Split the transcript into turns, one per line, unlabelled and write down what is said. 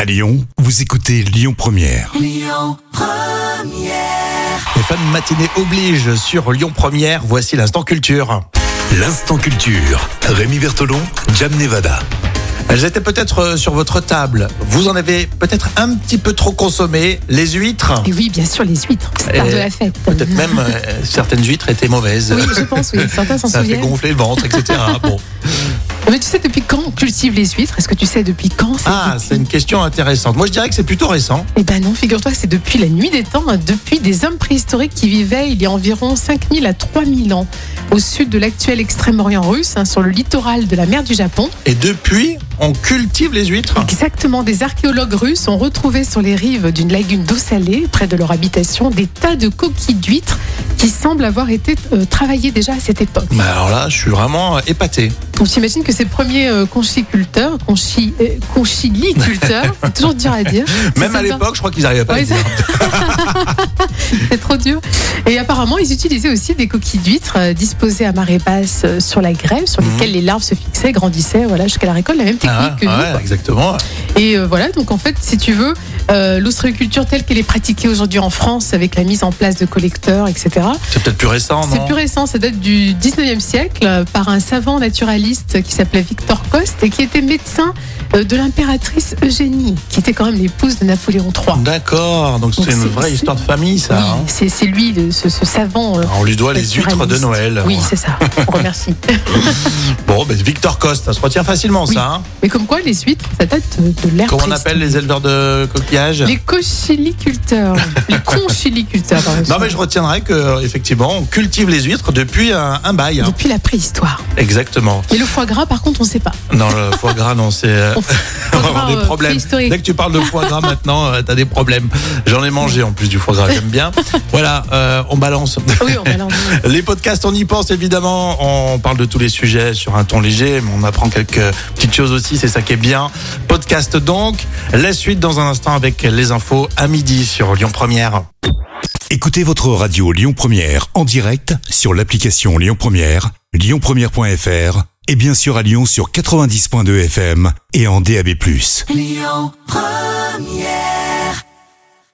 À Lyon, vous écoutez Lyon Première.
Les fans matinée oblige sur Lyon Première. Voici l'instant culture.
L'instant culture. Rémi Bertolon, Jam Nevada.
Elles étaient peut-être euh, sur votre table. Vous en avez peut-être un petit peu trop consommé. Les huîtres,
Et oui, bien sûr, les huîtres, star
Et
de la fête.
peut-être même euh, certaines huîtres étaient mauvaises.
Oui, je pense, oui. Certains s'en
Ça fait
souviennent.
gonfler le ventre, etc. Bon.
Mais tu sais depuis quand on cultive les huîtres Est-ce que tu sais depuis quand c'est
Ah,
depuis-
c'est une question intéressante. Moi, je dirais que c'est plutôt récent.
Eh ben non, figure-toi, que c'est depuis la nuit des temps, hein, depuis des hommes préhistoriques qui vivaient il y a environ 5000 à 3000 ans au sud de l'actuel Extrême-Orient russe, hein, sur le littoral de la mer du Japon.
Et depuis, on cultive les huîtres.
Exactement, des archéologues russes ont retrouvé sur les rives d'une lagune d'eau salée, près de leur habitation, des tas de coquilles d'huîtres qui semblent avoir été euh, travaillées déjà à cette époque.
Mais alors là, je suis vraiment euh, épaté.
On s'imagine que ces premiers euh, conchiculteurs, conchi, euh, conchiliculteurs, c'est toujours dur à dire.
Même
C'est
à
sympa.
l'époque, je crois qu'ils n'arrivaient pas à
Oui,
le dire.
C'est trop dur. Et apparemment, ils utilisaient aussi des coquilles d'huîtres euh, disposées à marée basse euh, sur la grève, sur lesquelles les larves se fixaient, grandissaient, voilà, jusqu'à la récolte, la même technique
Mhm. Ah,
que nous.
ouais,
quoi.
exactement.
Et euh, voilà, donc en fait, si tu veux, euh, l'ostréiculture telle qu'elle est pratiquée aujourd'hui en France, avec la mise en place de collecteurs, etc.,
C'est peut-être plus récent, non
c'est plus récent, ça date du 19e siècle euh, par un savant naturaliste qui s'appelait Victor Coste et qui était médecin euh, de l'impératrice Eugénie, qui était quand même l'épouse de Napoléon III.
D'accord, donc
Donc
c'est une
c'est-
vraie
c'est-
histoire de famille, ça.
Oui,
hein.
c'est c'est lui, le- ce, ce savant. euh,
Alors, Ah, on lui doit les huîtres de
naturaliste.
Noël.
Oui, c'est ça. On remercie.
Bon, ben, Victor Coste, ça se retient facilement,
Oui.
ça. hein.
Mais comme quoi, les suites, ça date de, de l'ère
Comment on
préhistorique.
appelle les éleveurs de coquillages
Les cochiliculteurs. les conchiliculteurs, par
Non,
exemple.
mais je retiendrai que euh, effectivement, on cultive les huîtres depuis un, un bail. hein.
Depuis la préhistoire.
Exactement.
Et le foie gras, par contre, on ne sait pas.
Non, le foie gras, non, c'est. euh, On va avoir
gras,
des
euh,
problèmes.
préhistorique.
Dès que tu parles de foie gras maintenant, euh, t'as des problèmes. J'en ai mangé en plus du foie gras, j'aime bien. Voilà, euh, on balance.
Oui, on balance.
Les podcasts, on y pense évidemment. On parle de tous les sujets sur un ton léger, mais on apprend quelques petites choses aussi. C'est ça qui est bien. Podcast donc. La suite dans un instant avec les infos à midi sur Lyon Première.
Écoutez votre radio Lyon Première en direct sur l'application Lyon Première, lyonpremière.fr et bien sûr à Lyon sur 90.2 FM et en DAB+.